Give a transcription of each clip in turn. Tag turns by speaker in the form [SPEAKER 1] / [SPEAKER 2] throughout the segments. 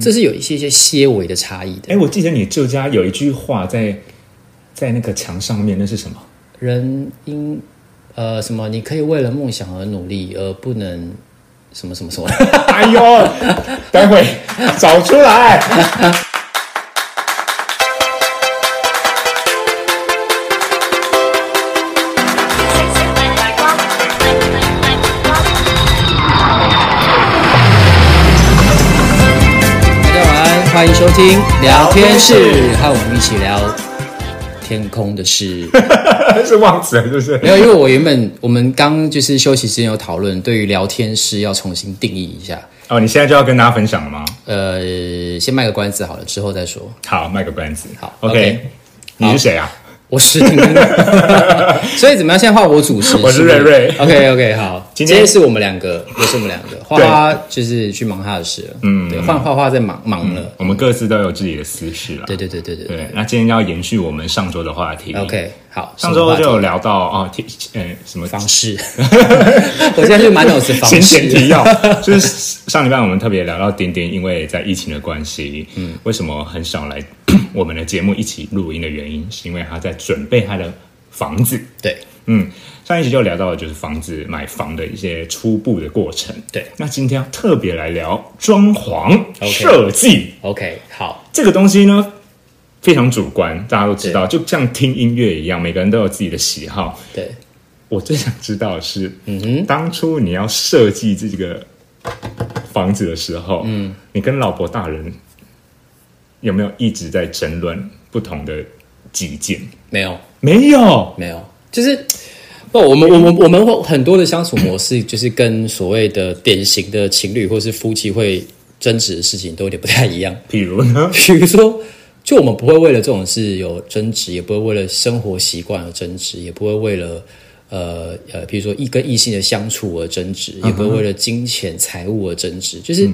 [SPEAKER 1] 这是有一些些些微的差异的。
[SPEAKER 2] 哎，我记得你旧家有一句话在在那个墙上面，那是 什么？
[SPEAKER 1] 人因呃什么，你可以为了梦想而努力，而不能什么什么什么。
[SPEAKER 2] 哎呦，待会找出来。
[SPEAKER 1] 大家晚安，欢迎收听聊天室，和我们一起聊天空的事。
[SPEAKER 2] 是忘词了，是不是？
[SPEAKER 1] 没有，因为我原本我们刚就是休息之前有讨论，对于聊天室要重新定义一下。
[SPEAKER 2] 哦，你现在就要跟大家分享了吗？
[SPEAKER 1] 呃，先卖个关子好了，之后再说。
[SPEAKER 2] 好，卖个关子。
[SPEAKER 1] 好
[SPEAKER 2] ，OK，,
[SPEAKER 1] OK
[SPEAKER 2] 你是谁啊？
[SPEAKER 1] 我是婷 婷，所以怎么样？现在换我主持，
[SPEAKER 2] 我是瑞瑞
[SPEAKER 1] 是不是 OK OK，好，
[SPEAKER 2] 今
[SPEAKER 1] 今
[SPEAKER 2] 天
[SPEAKER 1] 天是我们两个，又是我们两个。花花就是去忙她的事了，嗯，对，换花花在忙忙了，
[SPEAKER 2] 我们各自都有自己的私事了。
[SPEAKER 1] 对对对对对
[SPEAKER 2] 对，那今天要延续我们上周的话题。
[SPEAKER 1] ，OK，好，
[SPEAKER 2] 上
[SPEAKER 1] 什么
[SPEAKER 2] 周
[SPEAKER 1] 话题
[SPEAKER 2] 就有聊到哦，提呃什么
[SPEAKER 1] 方 式，我现在就满脑子方
[SPEAKER 2] 先前提
[SPEAKER 1] 式，
[SPEAKER 2] 要，就是上礼拜我们特别聊到点点，因为在疫情的关系，嗯，为什么很少来 我们的节目一起录音的原因，是因为他在准备他的房子。
[SPEAKER 1] 对
[SPEAKER 2] 嗯，上一集就聊到了就是房子买房的一些初步的过程。
[SPEAKER 1] 对
[SPEAKER 2] 那今天要特别来聊装潢
[SPEAKER 1] OK
[SPEAKER 2] 设计
[SPEAKER 1] ，OK，好，
[SPEAKER 2] 这个东西呢，非常主观，大家都知道，就像听音乐一样，每个人都有自己的喜好。
[SPEAKER 1] 对，
[SPEAKER 2] 我最想知道的是，嗯哼，当初你要设计这个房子的时候，嗯，你跟老婆大人有没有一直在争论不同的意见？
[SPEAKER 1] 没有
[SPEAKER 2] 没有，
[SPEAKER 1] 没有，就是。不，我们我们我们会很多的相处模式， 就是跟所谓的典型的情侣或是夫妻会争执的事情都有点不太一样。
[SPEAKER 2] 比如呢？
[SPEAKER 1] 比如说，就我们不会为了这种事有争执，也不会为了生活习惯而争执，也不会为了呃呃，比如说一跟异性的相处而争执，也不会为
[SPEAKER 2] 嗯
[SPEAKER 1] 了金钱财务而争执。就是、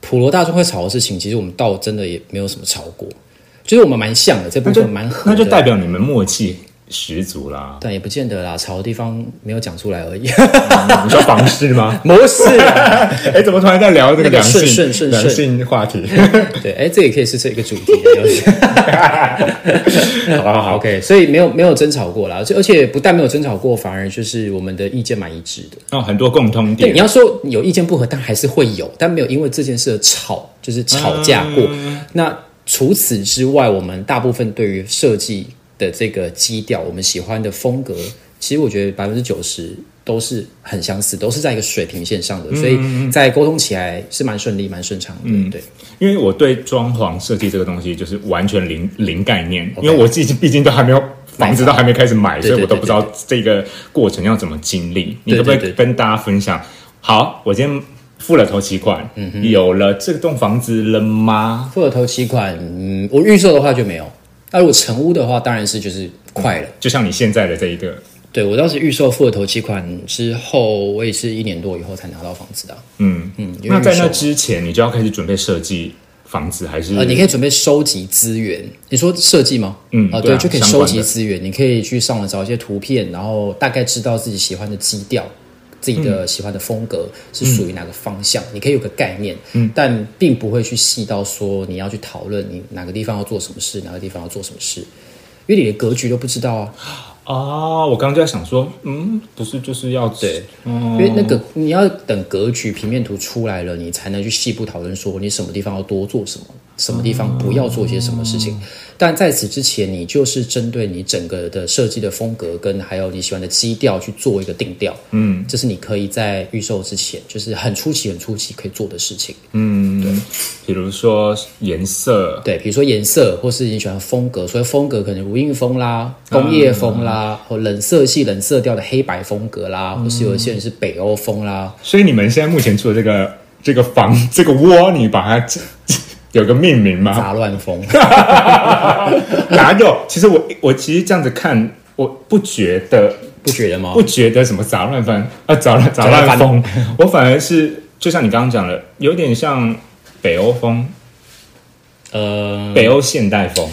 [SPEAKER 1] 普罗大众会吵的事情，其实我们倒真的也没有什么吵过， 就是我们蛮像的，这部
[SPEAKER 2] 那就
[SPEAKER 1] 分蛮合
[SPEAKER 2] 那
[SPEAKER 1] 的。。
[SPEAKER 2] 就代表你们默契十足啦
[SPEAKER 1] 但也不见得啦，吵的地方没有讲出来而已。
[SPEAKER 2] 你说房事吗？
[SPEAKER 1] 模式啊、
[SPEAKER 2] 哎、怎么突然在聊这个
[SPEAKER 1] 那个
[SPEAKER 2] 良性
[SPEAKER 1] 顺顺顺
[SPEAKER 2] 良性话 题？
[SPEAKER 1] 对，哎，这也可以是这一个主题。了解
[SPEAKER 2] 好好好，
[SPEAKER 1] OK，所以没有没有争吵过啦，而且而且不但没有争吵过，反而就是我们的意见蛮一致的。
[SPEAKER 2] 那、哦很多共通
[SPEAKER 1] 对，
[SPEAKER 2] 点
[SPEAKER 1] 你。要说有意见不合，但还是会有，但没有因为这件事而吵，就是吵架过。那除此之外，我们大部分对于设计的这个基调，我们喜欢的风格，其实我觉得百分之九十都是很相似，都是在一个水平线上的，所以在沟通起来是蛮顺利、蛮顺畅的。对，
[SPEAKER 2] 因为我对装潢设计这个东西就是完全零零概念，因为我自己毕竟都还没有房子，都还没开始买，
[SPEAKER 1] 对
[SPEAKER 2] 所以我都
[SPEAKER 1] 对
[SPEAKER 2] 不知道这个过程要怎么经历。你
[SPEAKER 1] 对
[SPEAKER 2] 可不可
[SPEAKER 1] 对
[SPEAKER 2] 以
[SPEAKER 1] 对
[SPEAKER 2] 跟大家分享？好，我今天付了头期款，
[SPEAKER 1] 嗯
[SPEAKER 2] 有了这栋房子了吗？
[SPEAKER 1] 付了头期款，嗯，我预售的话就没有。那如果成屋的话，当然是就是快了。
[SPEAKER 2] 就像你现在的这一个，
[SPEAKER 1] 对我当时预售付了头期款之后，我也是一年多以后才拿到房子的啊、
[SPEAKER 2] 嗯嗯
[SPEAKER 1] 嗯，因为
[SPEAKER 2] 那在那
[SPEAKER 1] 预售
[SPEAKER 2] 之前，你就要开始准备设计房子，还是
[SPEAKER 1] 呃，你可以准备收集资源。你说设计吗？
[SPEAKER 2] 嗯
[SPEAKER 1] 啊、
[SPEAKER 2] 对啊
[SPEAKER 1] 就可以
[SPEAKER 2] 相
[SPEAKER 1] 收
[SPEAKER 2] 关
[SPEAKER 1] 集
[SPEAKER 2] 的
[SPEAKER 1] 资源。你可以去上网找一些图片，然后大概知道自己喜欢的基调，自己
[SPEAKER 2] 嗯
[SPEAKER 1] 的喜欢的风格是属于哪个方向，你可以有个概念。嗯，但并不会去细到说你要去讨论你哪个地方要做什么事，哪个地方要做什么事，因为你的格局都不知道啊。
[SPEAKER 2] 哦，我刚刚就在想说，嗯，不是就是要嗯
[SPEAKER 1] 对，因为那个你要等格局平面图出来了，你才能去细部讨论说你什么地方要多做什么，什么地方不要做些什么事情。但在此之前，你就是针对你整个的设计的风格跟还有你喜欢的基调去做一个定调。嗯，这是你可以在预售之前，就是很初期、很初期可以做的事情。
[SPEAKER 2] 比如说颜色，
[SPEAKER 1] 对，比如说颜色，或是你喜欢的风格，所以风格可能无印风啦、工业风啦，或冷色系、冷色调的黑白风格啦，或是有一些人是北欧风啦。
[SPEAKER 2] 所以你们现在目前住的这个这个房 这个窝，你把它 有个命名吗？
[SPEAKER 1] 杂乱风，
[SPEAKER 2] 哪有？其实我我其实这样子看，我不觉得
[SPEAKER 1] 不觉得吗
[SPEAKER 2] 不？觉得什么杂乱翻啊杂乱杂乱风，我反而是就像你刚刚讲的，有点像北欧风，
[SPEAKER 1] 呃，
[SPEAKER 2] 北欧现代风。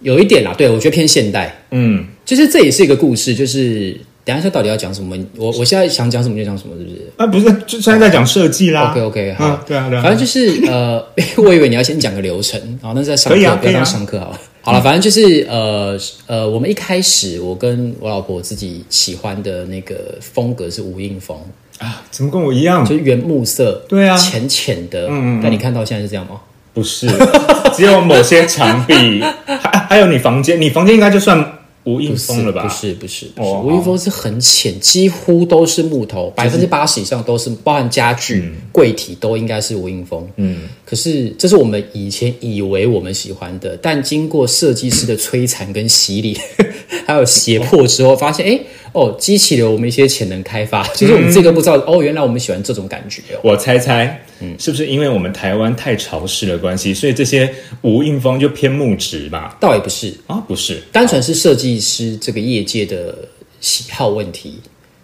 [SPEAKER 1] 有一点啦，对我觉得偏现代，
[SPEAKER 2] 嗯，
[SPEAKER 1] 就是这也是一个故事，就是等一下到底要讲什么？我我现在想讲什么就讲什么，是不是
[SPEAKER 2] 啊，不是，就现在在讲设计啦。
[SPEAKER 1] ？OK OK，好，
[SPEAKER 2] 嗯，对啊，对啊。
[SPEAKER 1] 反正就是呃， 我以为你要先讲个流程，然后那是在上课，
[SPEAKER 2] 可以啊
[SPEAKER 1] 不要
[SPEAKER 2] 可以啊
[SPEAKER 1] 当上课好了。好了，反正就是呃呃，我们一开始我跟我老婆自己喜欢的那个风格是无印风，
[SPEAKER 2] 啊，怎么跟我一样？
[SPEAKER 1] 就是原木色，
[SPEAKER 2] 对啊
[SPEAKER 1] 浅浅的。
[SPEAKER 2] 嗯嗯
[SPEAKER 1] 但你看到现在是这样吗？
[SPEAKER 2] 不是， 只有某些墙壁，还还有你房间，你房间应该就算无印风了吧？
[SPEAKER 1] 不是不是不是，
[SPEAKER 2] 哦
[SPEAKER 1] 无印风是很浅，几乎都是木头，百分之八十以上都是，包含家
[SPEAKER 2] 嗯
[SPEAKER 1] 具、柜体都应该是无印风。嗯，可是这是我们以前以为我们喜欢的，但经过设计师的摧残跟洗礼， 还有胁迫之后，发现哎哦，激起了我们一些潜能开发，就是我
[SPEAKER 2] 嗯
[SPEAKER 1] 们这个不知道、哦，原来我们喜欢这种感觉哦。
[SPEAKER 2] 我猜猜，
[SPEAKER 1] 嗯
[SPEAKER 2] 是不是因为我们台湾太潮湿的关系，所以这些无印风就偏木质吧？
[SPEAKER 1] 倒也不是，
[SPEAKER 2] 啊，不是，
[SPEAKER 1] 单纯是设计师这个业界的喜好问题。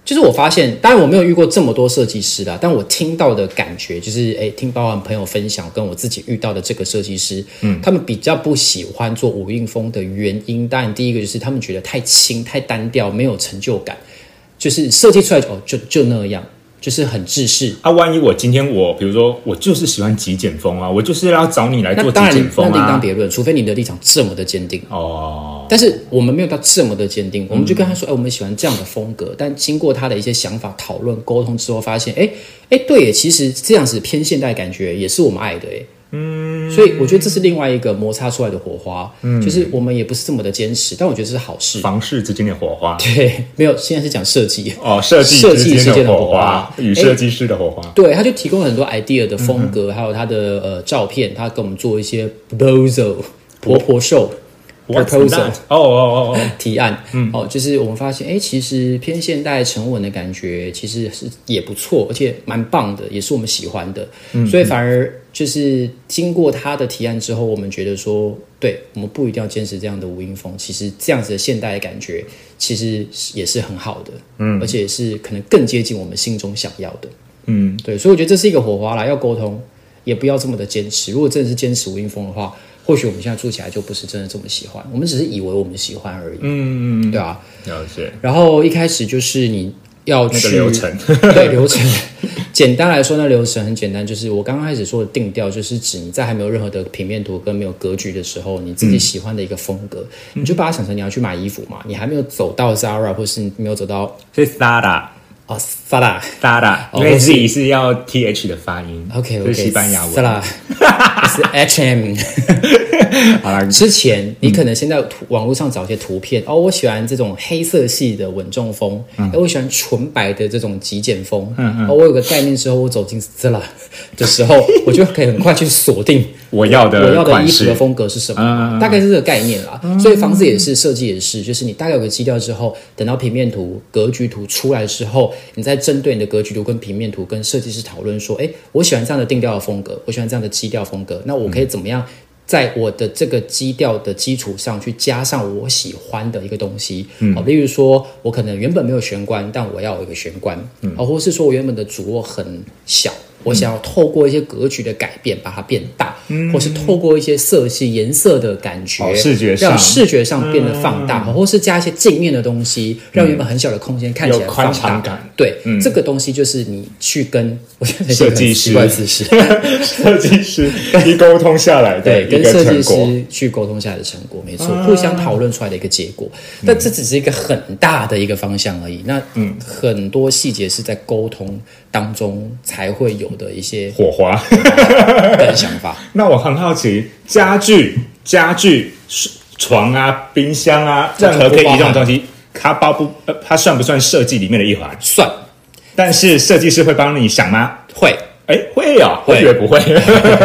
[SPEAKER 1] 就是我发现，当然我没有遇过这么多设计师啦，但我听到的感觉就是，哎、听包含朋友分享跟我自己遇到的这个设计师，嗯，他们比较不喜欢做无印风的原因，当然第一个就是他们觉得太轻、太单调，没有成就感，就是设计出来就哦就就那样，就是很制式，
[SPEAKER 2] 啊，万一我今天我，比如说我就是喜欢极简风啊，我就是要找你来
[SPEAKER 1] 那
[SPEAKER 2] 做极
[SPEAKER 1] 当然
[SPEAKER 2] 简
[SPEAKER 1] 那
[SPEAKER 2] 风
[SPEAKER 1] 另当
[SPEAKER 2] 啊。
[SPEAKER 1] 别论，除非你的立场这么的坚定。
[SPEAKER 2] 哦，
[SPEAKER 1] 但是我们没有到这么的坚定，我们就跟他说，哎、我们喜欢这样的风格。但经过他的一些想法、讨论、沟通之后，发现，哎，哎，对耶，其实这样子偏现代感觉也是我们爱的，哎，嗯。所以我觉得这是另外一个摩擦出来的火花，嗯，就是我们也不是这么的坚持，但我觉得这是好事。
[SPEAKER 2] 房事之间的火花，
[SPEAKER 1] 对，没有，现在是讲设计，
[SPEAKER 2] 哦，设计
[SPEAKER 1] 设计之间
[SPEAKER 2] 之间
[SPEAKER 1] 的
[SPEAKER 2] 的
[SPEAKER 1] 火
[SPEAKER 2] 火
[SPEAKER 1] 花
[SPEAKER 2] 花哦与设计师的火花。
[SPEAKER 1] 对，他就提供了很多 idea 的风格，还有他的呃照片，他给我们做一些 proposal 婆婆秀
[SPEAKER 2] What's
[SPEAKER 1] proposal
[SPEAKER 2] that？哦哦哦哦，
[SPEAKER 1] 提案，嗯，哦，就是我们发现，哎，其实偏现代沉稳的感觉其实是也不错，而且蛮棒的，也是我们喜欢的，所以反而就是经过他的提案之后，我们觉得说，对我们不一定要坚持这样的无印风，其实这样子的现代的感觉其实是也是很好的，嗯，而且是可能更接近我们心中想要的，
[SPEAKER 2] 嗯，
[SPEAKER 1] 对，所以我觉得这是一个火花啦，要沟通，也不要这么的坚持。如果真的是坚持无印风的话，或许我们现在做起来就不是真的这么喜欢，我们只是以为我们喜欢而已。嗯嗯，对啊。
[SPEAKER 2] 了解。
[SPEAKER 1] 然后一开始就是你要去
[SPEAKER 2] 那个流程，
[SPEAKER 1] 对流程， 简单来说，那流程很简单，就是我刚开始说的定调，就是指你在还没有任何的平面图跟没有格局的时候，你自
[SPEAKER 2] 嗯
[SPEAKER 1] 己喜欢的一个风格，你就把它想成你要去买衣服嘛，你还没有走到 Zara 或是你没有走到
[SPEAKER 2] 是 Sara
[SPEAKER 1] 哦 Zara。
[SPEAKER 2] Sara，
[SPEAKER 1] 哦
[SPEAKER 2] 因为 Z 是要 TH 的发音
[SPEAKER 1] OK
[SPEAKER 2] 这
[SPEAKER 1] OK，
[SPEAKER 2] 是西班牙文。
[SPEAKER 1] 啦，是 HM。
[SPEAKER 2] 好啦，嗯
[SPEAKER 1] 之前你可能现在图网络上找一些图片，哦，我喜欢这种黑色系的稳重风，哎、我喜欢纯白的这种极简风，嗯嗯，哦，我有个概念之后，我走进 Zara 的时候，我就可以很快去锁定
[SPEAKER 2] 我
[SPEAKER 1] 我
[SPEAKER 2] 要
[SPEAKER 1] 要
[SPEAKER 2] 的
[SPEAKER 1] 的
[SPEAKER 2] 款
[SPEAKER 1] 衣服的
[SPEAKER 2] 式，嗯
[SPEAKER 1] 风格是什么，大概是这个概念啦。所以房子也是，设计也是，就是你大概有个基调之后，等到平面图、格局图出来之后，你再针对你的格局图跟平面图跟设计师讨论说，哎，我喜欢这样的定调的风格，我喜欢这样的基调风格，那我可以怎么样？在我的这个基调的基础上去加上我喜欢的一个东西，
[SPEAKER 2] 嗯
[SPEAKER 1] 哦，例如说我可能原本没有玄关，但我要有一个玄关，
[SPEAKER 2] 嗯
[SPEAKER 1] 哦，或是说我原本的主卧很小，我想要透过一些格局的改变把它变大，或是透过一些色系、颜色的感觉，
[SPEAKER 2] 嗯哦视觉上嗯
[SPEAKER 1] 让视觉上变得放大，或是加一些镜面的东西，让原本很小的空间看起来
[SPEAKER 2] 有宽
[SPEAKER 1] 放大。
[SPEAKER 2] 敞感嗯
[SPEAKER 1] 对，这个东西就是你去跟我现在
[SPEAKER 2] 设计师
[SPEAKER 1] 奇怪的姿 势，
[SPEAKER 2] 设计师一沟通下来的
[SPEAKER 1] 对，
[SPEAKER 2] 一
[SPEAKER 1] 跟
[SPEAKER 2] 个
[SPEAKER 1] 设计
[SPEAKER 2] 成果。啊
[SPEAKER 1] 师去沟通下来的成果，没错，互相讨论出来的一个结果。
[SPEAKER 2] 嗯
[SPEAKER 1] 但这只是一个很大的一个方向而已。那很多细节是在沟通当中才会有的一些
[SPEAKER 2] 火花。
[SPEAKER 1] 的想法。
[SPEAKER 2] 那我很好奇，家具、家具、是床啊、冰箱啊，
[SPEAKER 1] 这
[SPEAKER 2] 任
[SPEAKER 1] 个
[SPEAKER 2] 何可以
[SPEAKER 1] 不包
[SPEAKER 2] 移动的
[SPEAKER 1] 含
[SPEAKER 2] 东西，它包不？呃它算不算设计里面的一环？
[SPEAKER 1] 算
[SPEAKER 2] 但是设计师会帮你想吗？
[SPEAKER 1] 会，
[SPEAKER 2] 哎，会哦，我
[SPEAKER 1] 会
[SPEAKER 2] 以为不会。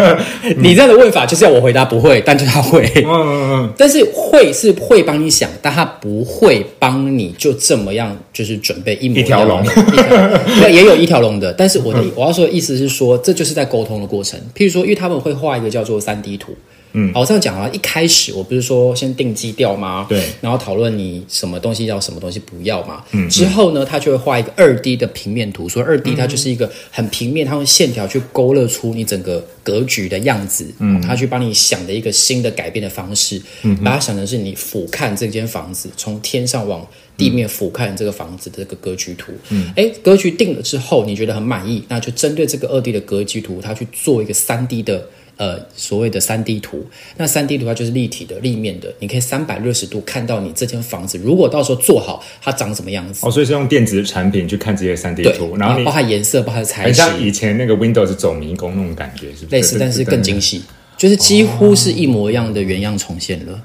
[SPEAKER 1] 你这样的问法就是要我回答不会，但是他会。
[SPEAKER 2] 嗯嗯嗯，
[SPEAKER 1] 但是会是会帮你想，但他不会帮你就这么样，就是准备一模样的
[SPEAKER 2] 一嗯
[SPEAKER 1] 一 条对，也有一条龙的。但是我的、我要说的意思是说，这就是在沟通的过程。譬如说，因为他们会画一个叫做三 D 图，嗯，好，我这样讲啊，一开始我不是说先定基调吗？
[SPEAKER 2] 对
[SPEAKER 1] 然后讨论你什么东西要，什么东西不要嘛。嗯，之后呢，他就会画一个二 D 的平面图，所以二 D 它就是一个很平面，它用线条去勾勒出你整个格局的样子。嗯，他去帮你想的一个新的改变的方式，嗯，把它想成是你俯瞰这间房子，从天上往地面俯瞰这个房子的这个格局图。嗯，哎，格局定了之后，你觉得很满意，那就针对这个二 D 的格局图，它去做一个三 D 的。呃所谓的三 D 图。那三 D 图它就是立体的、立面的，你可以三百六十度看到你这间房子，如果到时候做好，它长什么样子。
[SPEAKER 2] 哦，所以是用电子产品去看这些三 D
[SPEAKER 1] 对哦
[SPEAKER 2] 图，，然后你
[SPEAKER 1] 包含颜色，包含材
[SPEAKER 2] 很
[SPEAKER 1] 质，
[SPEAKER 2] 像以前那个 Windows 走迷宫那种感觉，是不是？
[SPEAKER 1] 类似，但是更精细，就是
[SPEAKER 2] 哦
[SPEAKER 1] 几乎是一模一样的原样重现了。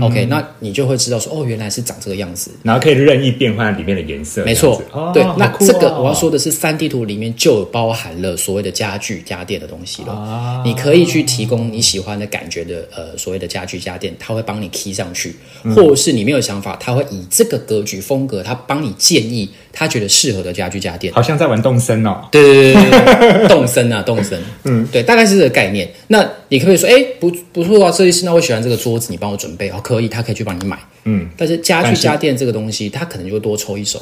[SPEAKER 1] OK，那
[SPEAKER 2] 嗯
[SPEAKER 1] 你就会知道说，哦，原来是长这个样子。
[SPEAKER 2] 然后可以任意变换里面的颜色，
[SPEAKER 1] 没错
[SPEAKER 2] 这样
[SPEAKER 1] 对。
[SPEAKER 2] 子哦、
[SPEAKER 1] 那
[SPEAKER 2] 好酷哦
[SPEAKER 1] 这个我要说的是，三 D 图里面就有包含了所谓的家具、家电的东西了。
[SPEAKER 2] 啊
[SPEAKER 1] 你可以去提供你喜欢的感觉的，呃，所谓的家具、家电，它会帮你 key 上去，
[SPEAKER 2] 嗯
[SPEAKER 1] 或者是你没有想法，它会以这个格局风格，它帮你建议他觉得适合的家具、家电。
[SPEAKER 2] 好像在玩动森哦，
[SPEAKER 1] 对对对对对，动森啊，动森， 嗯，对，大概是这个概念。那你可不可以说，哎，不不错啊，设计师，那我喜欢这个桌子，你帮我准备哦，可以，他可以去帮你买，嗯，但是家具
[SPEAKER 2] 但是
[SPEAKER 1] 家电这个东西，他可能就会多抽一手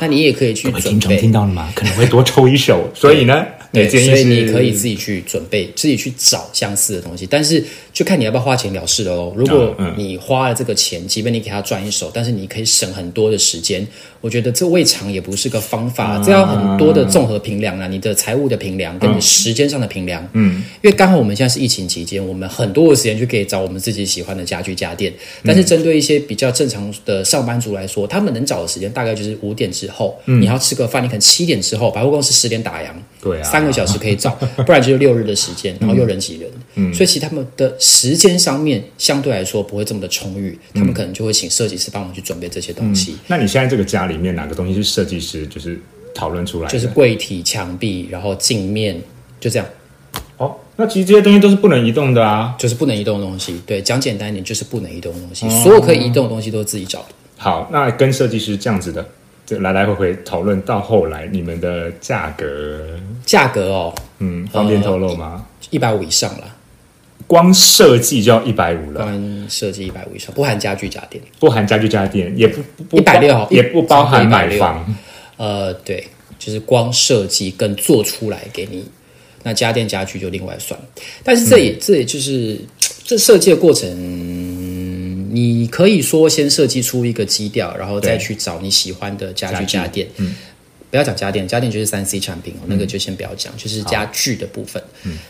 [SPEAKER 1] 那你也可以去
[SPEAKER 2] 各位
[SPEAKER 1] 准备，
[SPEAKER 2] 到了吗？可能会多抽一手， 所以呢，你
[SPEAKER 1] 对，
[SPEAKER 2] 的
[SPEAKER 1] 所
[SPEAKER 2] 建议
[SPEAKER 1] 以
[SPEAKER 2] 是
[SPEAKER 1] 你可以自己去准备，自己去找相似的东西，但是就看你要不要花钱了事了哦。如果
[SPEAKER 2] 嗯
[SPEAKER 1] 你花了这个钱，即便你给他赚一手，但是你可以省很多的时间，我觉得这未尝也不是个方法。
[SPEAKER 2] 啊
[SPEAKER 1] 这要很多的综合评量啊，你的财务的评量
[SPEAKER 2] 嗯
[SPEAKER 1] 跟你时间上的评量。嗯，因为刚好我们现在是疫情期间，我们很多的时间就可以找我们自己喜欢的家具家电，但
[SPEAKER 2] 嗯
[SPEAKER 1] 是针对一些比较正常的上班族来说，他们能找的时间大概就是五点之后，
[SPEAKER 2] 嗯
[SPEAKER 1] 你要吃个饭，你可能七点之后，百货公司十点打烊。
[SPEAKER 2] 对啊嗯
[SPEAKER 1] 三个小时可以找， 不然就是六日的时间，然后又人挤人，所以其实他们的时间上面相对来说不会这么的充裕，
[SPEAKER 2] 嗯
[SPEAKER 1] 他们可能就会请设计师帮忙去准备这些东西，
[SPEAKER 2] 那你现在这个家里面哪个东西是设计师就是讨论出来的？
[SPEAKER 1] 就是柜体、墙壁，然后镜面，就这样，
[SPEAKER 2] 哦，那其实这些东西都是不能移动的啊。
[SPEAKER 1] 就是不能移动的东西。对，讲简单一点，就是不能移动的东
[SPEAKER 2] 哦
[SPEAKER 1] 西，所有可以移动的东西都是自己找的。
[SPEAKER 2] 好，那跟设计师这样子的，这来来回回讨论到后来，你们的价格，
[SPEAKER 1] 价格哦，
[SPEAKER 2] 嗯，方便透露吗？
[SPEAKER 1] 一百五以上啦，
[SPEAKER 2] 光设计就要一百五
[SPEAKER 1] 当
[SPEAKER 2] 了，
[SPEAKER 1] 然设计一百五以上，不含家具家电。
[SPEAKER 2] 不含家具家电，也不不不
[SPEAKER 1] 160
[SPEAKER 2] 也不包含
[SPEAKER 1] 160
[SPEAKER 2] 买房。
[SPEAKER 1] 呃，对，就是光设计跟做出来给你，那家电家具就另外算。但是这也、这也就是这设计的过程，嗯你可以说先设计出一个基调，然后再
[SPEAKER 2] 对
[SPEAKER 1] 去找你喜欢的家
[SPEAKER 2] 家
[SPEAKER 1] 具
[SPEAKER 2] 具
[SPEAKER 1] 家电。不要讲家电，家电就是三 C 产品哦，那个就先不要讲，就是家具的部分。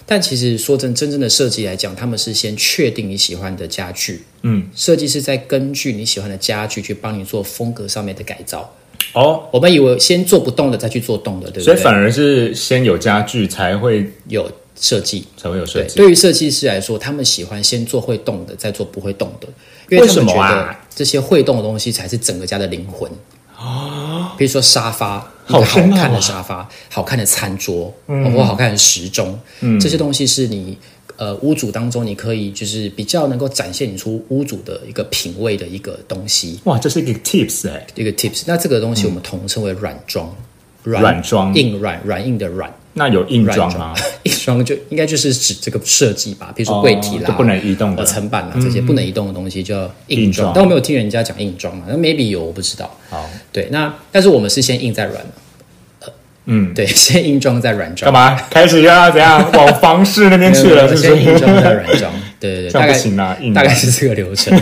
[SPEAKER 1] 但其实说真，真正的设计来讲，他们是先确定你喜欢的家具，
[SPEAKER 2] 嗯，
[SPEAKER 1] 设计是在根据你喜欢的家具去帮你做风格上面的改造。
[SPEAKER 2] 哦，
[SPEAKER 1] 我们以为先做不动的再去做动的，对不
[SPEAKER 2] 所
[SPEAKER 1] 对？
[SPEAKER 2] 以反而是先有家具才会
[SPEAKER 1] 有设计。
[SPEAKER 2] 才会有设
[SPEAKER 1] 对，
[SPEAKER 2] 计。
[SPEAKER 1] 对于设计师来说，他们喜欢先做会动的，再做不会动的，因
[SPEAKER 2] 为
[SPEAKER 1] 他
[SPEAKER 2] 什
[SPEAKER 1] 们
[SPEAKER 2] 么
[SPEAKER 1] 觉得
[SPEAKER 2] 啊
[SPEAKER 1] 这些会动的东西才是整个家的灵魂。比如说沙发，一个
[SPEAKER 2] 哦好
[SPEAKER 1] 好
[SPEAKER 2] 深奥啊嗯
[SPEAKER 1] 看的沙发，好看的餐桌，或好看的时钟，这些东西是你呃屋主当中你可以就是比较能够展现你出屋主的一个品味的一个东西。
[SPEAKER 2] 哇，这是一个 tips 哎、
[SPEAKER 1] 一个 tips。那这个东西我们统称为软装，
[SPEAKER 2] 嗯软装
[SPEAKER 1] 硬软软硬的软。
[SPEAKER 2] 那有硬
[SPEAKER 1] 软
[SPEAKER 2] 装
[SPEAKER 1] 装
[SPEAKER 2] 吗？
[SPEAKER 1] 硬装就应该就是指这个设计吧，比如说柜体啦、
[SPEAKER 2] 哦就不能移动的嗯
[SPEAKER 1] 呃层板啦这些不能移动的东西叫硬
[SPEAKER 2] 硬
[SPEAKER 1] 装。
[SPEAKER 2] 装
[SPEAKER 1] 但我没有听人家讲硬装嘛，那 maybe 有我不知道。
[SPEAKER 2] 好，
[SPEAKER 1] 对，那但是我们是先硬再软嘛，
[SPEAKER 2] 嗯，
[SPEAKER 1] 对，先硬装再软装
[SPEAKER 2] 干。嘛？开始要怎样往房市那边去了？是不
[SPEAKER 1] 先硬
[SPEAKER 2] 是？
[SPEAKER 1] 装再软装，对对对，
[SPEAKER 2] 这
[SPEAKER 1] 大
[SPEAKER 2] 样不
[SPEAKER 1] 概
[SPEAKER 2] 行啊硬
[SPEAKER 1] 大
[SPEAKER 2] 装
[SPEAKER 1] 概是这个流 程。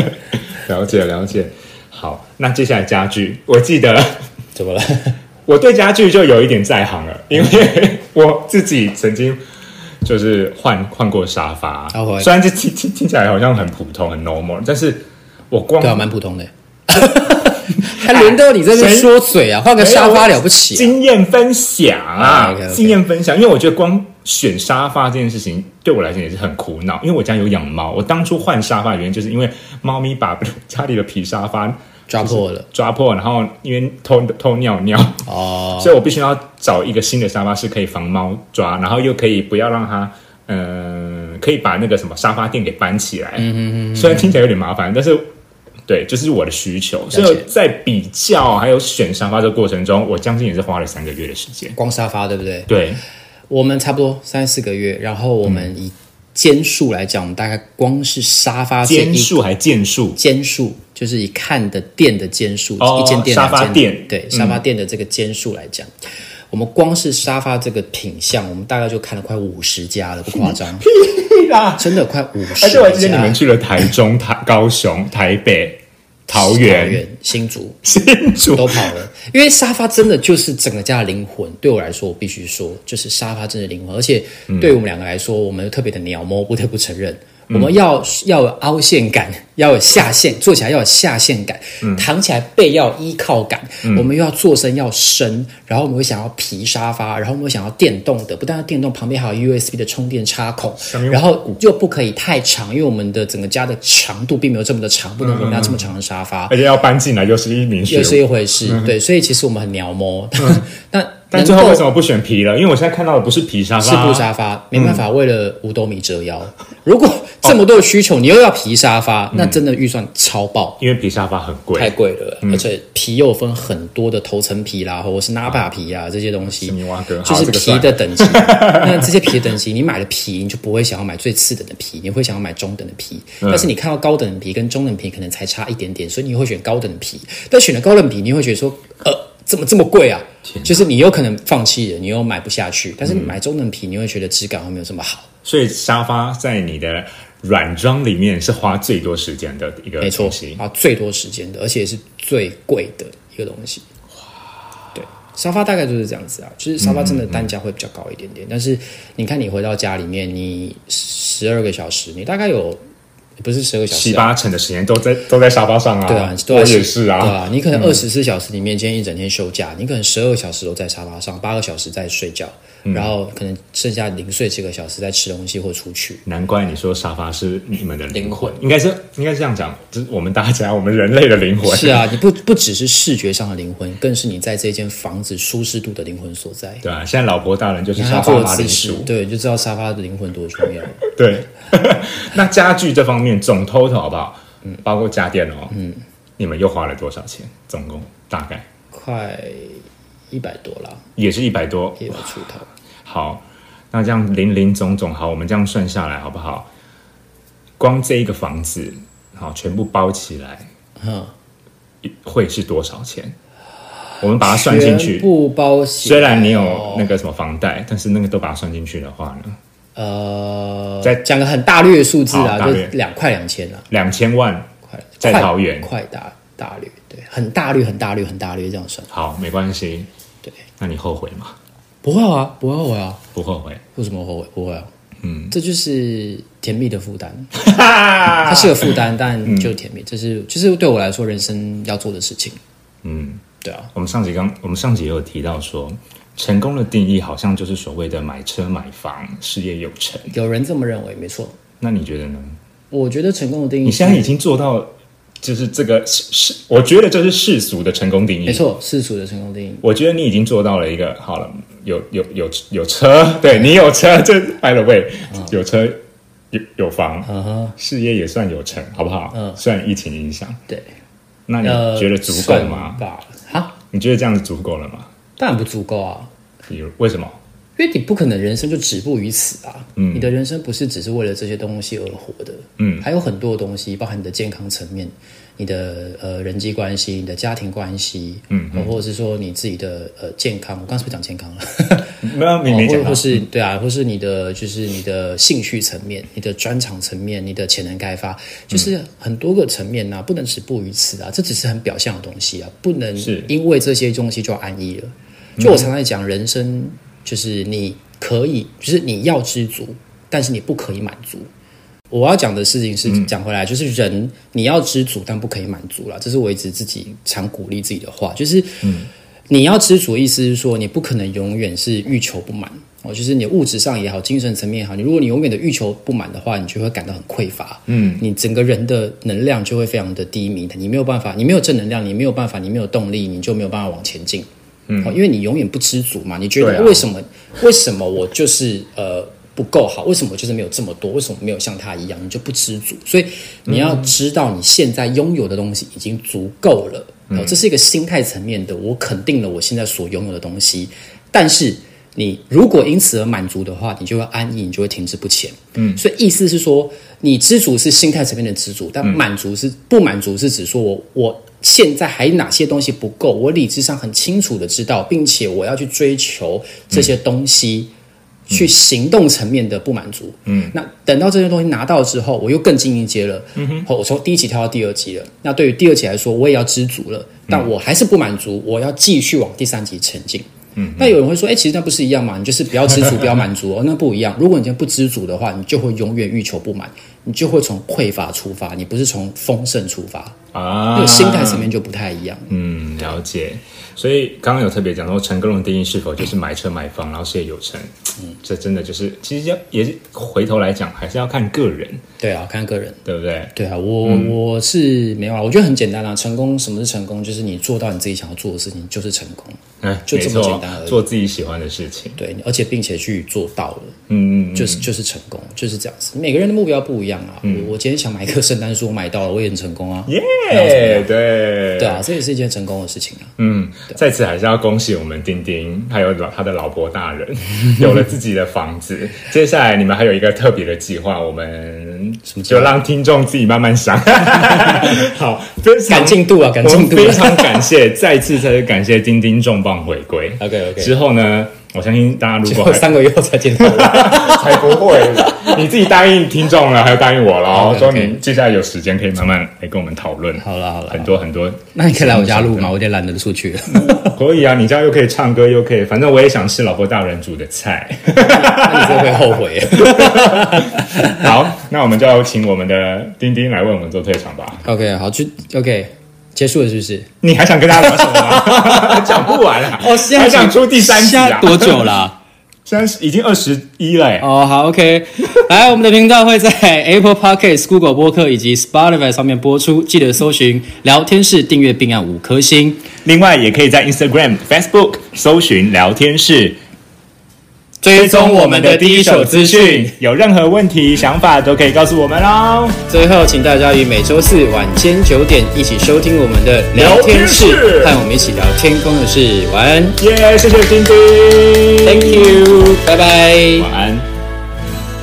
[SPEAKER 2] 了解了解。好，那接下来家具，我 记得
[SPEAKER 1] 怎么了？
[SPEAKER 2] 我对家具就有一点在行了，因为我自己曾经就是换换过沙发
[SPEAKER 1] 哦我，
[SPEAKER 2] 虽然这听听听起来好像很普通很 normal，但是我光
[SPEAKER 1] 对啊，蛮普通 的。还轮到你在这
[SPEAKER 2] 谁
[SPEAKER 1] 说嘴啊？换个沙发了不起啊、
[SPEAKER 2] 经验分享
[SPEAKER 1] 啊
[SPEAKER 2] 啊
[SPEAKER 1] ，OK，OK，
[SPEAKER 2] 经验分享，因为我觉得光选沙发这件事情对我来讲也是很苦恼，因为我家有养猫，我当初换沙发的原因就是因为猫咪把 家里的皮沙发
[SPEAKER 1] 抓破了
[SPEAKER 2] 抓破，然后因为偷偷尿尿，
[SPEAKER 1] 哦，
[SPEAKER 2] 所以我必须要找一个新的沙发是可以防猫抓，然后又可以不要让它。嗯，可以把那个什么沙发垫给搬起来，嗯嗯嗯，虽然听起来有点麻烦，但是对，就是我的需求。
[SPEAKER 1] 解
[SPEAKER 2] 所以在比较还有选沙发这个过程中，我将近也是花了三个月的时间。
[SPEAKER 1] 光沙发对不对？
[SPEAKER 2] 对，
[SPEAKER 1] 我们差不多三四个月，然后我们以间数来讲，我们大概光是沙发这
[SPEAKER 2] 间
[SPEAKER 1] 一
[SPEAKER 2] 数还件数，
[SPEAKER 1] 间数，就是一看的店的间数，
[SPEAKER 2] 哦
[SPEAKER 1] 一间店、
[SPEAKER 2] 沙发
[SPEAKER 1] 两间
[SPEAKER 2] 店嗯
[SPEAKER 1] 对沙发店的这个间数来讲，我们光是沙发这个品相，我们大概就看了快五十家了，不夸 张，
[SPEAKER 2] 对啦。
[SPEAKER 1] 真的快五十
[SPEAKER 2] 而且我还记得啊你
[SPEAKER 1] 家
[SPEAKER 2] 们。去了台中、台高雄、台北、桃
[SPEAKER 1] 啊桃
[SPEAKER 2] 园、
[SPEAKER 1] 园、新竹
[SPEAKER 2] 新竹
[SPEAKER 1] 都跑了， 因为沙发真的就是整个家的灵魂。对我来说，我必须说，就是沙发真的灵魂。而且对我们两个来说，我们又特别的鸟摸，不得不承认，我们要要有凹陷感，要有下陷，坐起来要有下陷感，躺起来背要有依靠感，我们又要坐身要深，然后我们会想要皮沙发，然后我们会想要电动的，不但要电动，旁边还有 USB 的充电插孔，
[SPEAKER 2] 面
[SPEAKER 1] 然后又不可以太长，因为我们的整个家的长度并没有这么的长，不能容纳这么长的沙发。
[SPEAKER 2] 而且要搬进来又是一名学
[SPEAKER 1] 又是一回事，对，所以其实我们很鸟摸， 但
[SPEAKER 2] 嗯 但
[SPEAKER 1] 能
[SPEAKER 2] 最后
[SPEAKER 1] 够
[SPEAKER 2] 为什么不选皮了？因为我现在看到的不是皮沙
[SPEAKER 1] 是
[SPEAKER 2] 发，啊嗯
[SPEAKER 1] 布沙发，没办法，为了五斗米折腰。如果这么多的需求，你又要皮沙
[SPEAKER 2] 嗯
[SPEAKER 1] 发，那真的预算超爆，
[SPEAKER 2] 因为皮沙发很
[SPEAKER 1] 太
[SPEAKER 2] 贵。嗯
[SPEAKER 1] 贵了，而且皮又分很多的头层皮啦，或者是纳帕皮啊这些东西，
[SPEAKER 2] 尼瓦哥，
[SPEAKER 1] 就
[SPEAKER 2] 好，
[SPEAKER 1] 是
[SPEAKER 2] 这个
[SPEAKER 1] 皮
[SPEAKER 2] 算
[SPEAKER 1] 的等级。 那这些皮的等级，你买了皮，你就不会想要买最次等的皮，你会想要买中等的皮。
[SPEAKER 2] 嗯
[SPEAKER 1] 但是你看到高等的皮跟中等皮可能才差一点点，所以你会选高等的皮。但选了高等皮，你会觉得说，呃，怎么这么贵啊？就是你有可能放弃了，你又买不下去。但是
[SPEAKER 2] 嗯
[SPEAKER 1] 你买中等皮，你会觉得质感会没有这么好。
[SPEAKER 2] 所以沙发在你的软装里面是花最多时间的一个
[SPEAKER 1] 没错
[SPEAKER 2] 东西，。
[SPEAKER 1] 花最多时间的，而且是最贵的一个东西。对，沙发大概就是这样子啊，就是沙发真的
[SPEAKER 2] 嗯
[SPEAKER 1] 单价会比较高一点点，但是你看你回到家里面，你十二个小时，你大概有不是十二个小时、
[SPEAKER 2] 七
[SPEAKER 1] 啊，
[SPEAKER 2] 八成的时间都在都在沙发上啊。
[SPEAKER 1] 对啊，都
[SPEAKER 2] 我
[SPEAKER 1] 在
[SPEAKER 2] 也是
[SPEAKER 1] 对
[SPEAKER 2] 啊。
[SPEAKER 1] 啊，你可能二十四小时里面，今天一整天休假，你可能十二小时都在沙发上，八个小时在睡觉，
[SPEAKER 2] 嗯
[SPEAKER 1] 然后可能剩下零碎几个小时在吃东西或出去。
[SPEAKER 2] 难怪你说沙发是你们的灵魂
[SPEAKER 1] 灵，
[SPEAKER 2] 应该是应该是这样讲，就是我们大家我们人类的灵魂。
[SPEAKER 1] 是啊，你不不只是视觉上的灵魂，更是你在这间房子舒适度的灵魂所在。
[SPEAKER 2] 对啊，现在老婆大人就是
[SPEAKER 1] 看他
[SPEAKER 2] 沙
[SPEAKER 1] 做
[SPEAKER 2] 发
[SPEAKER 1] 的
[SPEAKER 2] 马
[SPEAKER 1] 姿
[SPEAKER 2] 铃
[SPEAKER 1] 势
[SPEAKER 2] 薯，。
[SPEAKER 1] 对，你就知道沙发的灵魂多重要。
[SPEAKER 2] 对， 那家具这方面总 total 好不好？嗯，包括家电哦，嗯，你们又花了多少钱？总共大概
[SPEAKER 1] 快一百多啦，
[SPEAKER 2] 也是一百多。
[SPEAKER 1] 一百出头。
[SPEAKER 2] 好，那这样零零总总，好，我们这样算下来好不好？光这一个房子，好，全部包起来，
[SPEAKER 1] 嗯，
[SPEAKER 2] 会是多少钱？我们把它算进
[SPEAKER 1] 全
[SPEAKER 2] 去。
[SPEAKER 1] 部哦包起来。
[SPEAKER 2] 虽然你有那个什么房贷，但是那个都把它算进去的话呢，
[SPEAKER 1] 呃，
[SPEAKER 2] 在
[SPEAKER 1] 讲个很大略的数字
[SPEAKER 2] 好
[SPEAKER 1] 啊，
[SPEAKER 2] 大
[SPEAKER 1] 就
[SPEAKER 2] 略
[SPEAKER 1] 两块两千啊，
[SPEAKER 2] 两千万
[SPEAKER 1] 快
[SPEAKER 2] 在
[SPEAKER 1] 快
[SPEAKER 2] 桃园
[SPEAKER 1] 快大大略，对，很大略，很大略，很大略这样算。
[SPEAKER 2] 好，没关系。
[SPEAKER 1] 对，
[SPEAKER 2] 那你后悔吗？
[SPEAKER 1] 不会啊，不会后悔啊，
[SPEAKER 2] 不后 悔。
[SPEAKER 1] 为什么后悔？不会啊。
[SPEAKER 2] 嗯，
[SPEAKER 1] 这就是甜蜜的负担，它是个负担，但就是甜蜜，这是就是对我来说人生要做的事情。
[SPEAKER 2] 嗯，
[SPEAKER 1] 对啊，
[SPEAKER 2] 我们上集刚，我们上集也有提到说，成功的定义好像就是所谓的买车、买房、事业有成。
[SPEAKER 1] 有人这么认为，没错。
[SPEAKER 2] 那你觉得呢？
[SPEAKER 1] 我觉得成功的定义，
[SPEAKER 2] 你现在已经做到，就是这个世世，我觉得这是世俗的成功定义。
[SPEAKER 1] 没，错，世俗的成功定义。
[SPEAKER 2] 我觉得你已经做到了一个好了，有有有有车，对你有车，这 by the way，、有
[SPEAKER 1] 啊
[SPEAKER 2] 车有有房，
[SPEAKER 1] 嗯哼，
[SPEAKER 2] 事业也算有成，好不好？嗯，虽然疫情影响，
[SPEAKER 1] 对。
[SPEAKER 2] 那你
[SPEAKER 1] 呃，
[SPEAKER 2] 嗯觉得足够
[SPEAKER 1] 算
[SPEAKER 2] 吗？
[SPEAKER 1] 吧，啊，
[SPEAKER 2] 你觉得这样子足够了吗？
[SPEAKER 1] 当然不足够啊，
[SPEAKER 2] 比如为什么？
[SPEAKER 1] 因为你不可能人生就止步于此啊。嗯，你的人生不是只是为了这些东西而活的。嗯，还有很多的东西，包含你的健康层面。你的呃人际关系、你的家庭关系，嗯，或者是说你自己的呃健康，我刚是不是讲健康了？
[SPEAKER 2] 没有，你没
[SPEAKER 1] 哦，
[SPEAKER 2] 讲嗯
[SPEAKER 1] 或
[SPEAKER 2] 到
[SPEAKER 1] 或。是对啊，或是你的就是你的兴趣层面、你的专长层面、你的潜能开发，
[SPEAKER 2] 嗯
[SPEAKER 1] 就是很多个层面啊呐、不能止步于此啊。这只是很表象的东西啊，不能
[SPEAKER 2] 是嗯
[SPEAKER 1] 因为这些东西就安逸了。就我常常讲，人生就是你可以，就是你要知足，但是你不可以满足。我要讲的事情是
[SPEAKER 2] 嗯
[SPEAKER 1] 讲回来，就是人你要知足，但不可以满足啦。这是我一直自己常鼓励自己的话，就是
[SPEAKER 2] 嗯
[SPEAKER 1] 你要知足，意思是说你不可能永远是欲求不满哦，就是你物质上也好，精神层面也好，你如果你永远的欲求不满的话，你就会感到很匮乏，嗯，你整个人的能量就会非常的低迷，你没有办法，你没有正能量，你没有办法，你没有动力，你就没有办法往前进。哦，因为你永远不知足嘛，你觉
[SPEAKER 2] 嗯对
[SPEAKER 1] 得
[SPEAKER 2] 啊
[SPEAKER 1] 为什么、为什么我就是呃不够好，为什么我就是没有这么多，为什么没有像他一样，你就不知足。所以你要知道你现在拥有的东西已经足够
[SPEAKER 2] 嗯
[SPEAKER 1] 了，哦，这是一个心态层面的，我肯定了我现在所拥有的东西，但是你如果因此而满足的话，你就会安逸，你就会停滞不前。嗯，所以意思是说，你知足是心态层面的知足，但满足是、不满足是指说我我现在还哪些东西不够，我理智上很清楚的知道，并且我要去追求这些东西。去行动层面的不满足，嗯，那等到这些东西拿到之后，我又更进一阶了，嗯哼，我从第一级跳到第二级了。那对于第二级来说，我也要知足了，但我还是不满足，我要继续往第三级前进。嗯，那有人会说，哎、其实那不是一样嘛？你就是不要知足，不要满足 哦，那不一样。如果你今天不知足的话，你就会永远欲求不满，你就会从匮乏出发，你不是从丰盛出发，
[SPEAKER 2] 啊，
[SPEAKER 1] 那个心态层面就不太一样。
[SPEAKER 2] 嗯，了解。所以刚刚有特别讲说，成功的定义是否就是买车买房，然后事业有成？嗯，这真的就是，其实要也是回头来讲，还是要看个人，
[SPEAKER 1] 对啊，看个人。
[SPEAKER 2] 对不对？
[SPEAKER 1] 对啊，我、
[SPEAKER 2] 嗯
[SPEAKER 1] 我是没有啊，我觉得很简单啊。成功什么是成功？就是你做到你自己想要做的事情就是成功。
[SPEAKER 2] 哎，
[SPEAKER 1] 就这么
[SPEAKER 2] 没错
[SPEAKER 1] 简单而已
[SPEAKER 2] 做自己喜欢的事情。
[SPEAKER 1] 对，而且并且去做到了，
[SPEAKER 2] 嗯，嗯
[SPEAKER 1] 就是就是成功，就是这样子。每个人的目标不一样啊。我我今天想买一棵圣诞树，我买到了，我也很成功啊。
[SPEAKER 2] 耶、对
[SPEAKER 1] 对啊，这也是一件成功的事情啊。
[SPEAKER 2] 嗯，在此还是要恭喜我们丁丁，还有老他的老婆大人， 有了自己的房子。接下来你们还有一个特别的计划，我们
[SPEAKER 1] 计划
[SPEAKER 2] 就让听众自己慢慢想。 好，非常
[SPEAKER 1] 赶进度啊，赶
[SPEAKER 2] 我
[SPEAKER 1] 进
[SPEAKER 2] 们
[SPEAKER 1] 度
[SPEAKER 2] 非
[SPEAKER 1] 啊。
[SPEAKER 2] 常感谢，再次再次感谢丁丁重磅回归。
[SPEAKER 1] OK，OK
[SPEAKER 2] 之后呢，我相信大家如果
[SPEAKER 1] 我
[SPEAKER 2] 还
[SPEAKER 1] 三个月后才见到我，
[SPEAKER 2] 才不会啦，你自己答应听众了，还有答应我了哦，
[SPEAKER 1] OK，OK
[SPEAKER 2] 说你接下来有时间可以慢慢来跟我们讨论。
[SPEAKER 1] 好了好了
[SPEAKER 2] 很多很多，
[SPEAKER 1] 那你可以来我家录吗？我啊有点懒得出去了。
[SPEAKER 2] 可以啊，你家又可以唱歌，又可以，反正我也想吃老婆大人煮的 菜。
[SPEAKER 1] 那你真的会后悔。
[SPEAKER 2] 好，那我们就请我们的丁丁来为我们做退场吧。
[SPEAKER 1] OK，好，就 OK，结束了是不是？
[SPEAKER 2] 你还想跟大家聊什么 吗？讲不完啊，
[SPEAKER 1] 哦
[SPEAKER 2] 还想出第三集
[SPEAKER 1] 现在
[SPEAKER 2] 啊？
[SPEAKER 1] 多久啦？
[SPEAKER 2] 现在已经二十一了欸，
[SPEAKER 1] 哦，好，OK，来，我们的频道会在 Apple Podcast、Google 播客以及 Spotify 上面播出，记得搜寻“聊天室”，订阅并按五颗星。
[SPEAKER 2] 另外也可以在 Instagram、Facebook 搜寻聊天室。追踪我们的第一手资讯，有任何问题、想法都可以告诉我们哦。
[SPEAKER 1] 最后，请大家于每周四晚间九点一起收听我们的聊天室，
[SPEAKER 2] 聊天室
[SPEAKER 1] 和我们一起聊天空的事。晚安
[SPEAKER 2] 耶、谢谢丁丁
[SPEAKER 1] ，Thank you，拜拜。
[SPEAKER 2] 晚安。